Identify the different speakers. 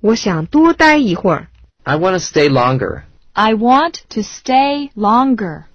Speaker 1: 我想多待一会儿。
Speaker 2: I want to stay longer.
Speaker 3: I want to stay longer.